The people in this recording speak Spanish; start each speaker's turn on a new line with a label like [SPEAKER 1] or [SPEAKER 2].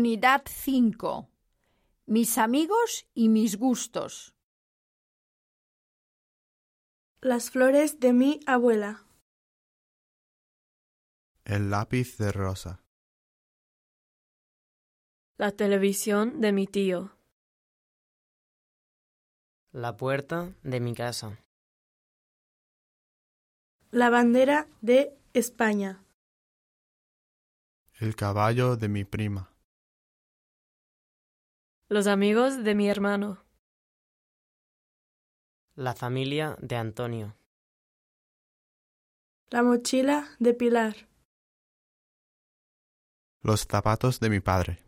[SPEAKER 1] Unidad 5. Mis amigos y mis gustos.
[SPEAKER 2] Las flores de mi abuela.
[SPEAKER 3] El lápiz de rosa.
[SPEAKER 4] La televisión de mi tío.
[SPEAKER 5] La puerta de mi casa.
[SPEAKER 2] La bandera de España.
[SPEAKER 3] El caballo de mi prima.
[SPEAKER 4] Los amigos de mi hermano.
[SPEAKER 5] La familia de Antonio.
[SPEAKER 2] La mochila de Pilar.
[SPEAKER 3] Los zapatos de mi padre.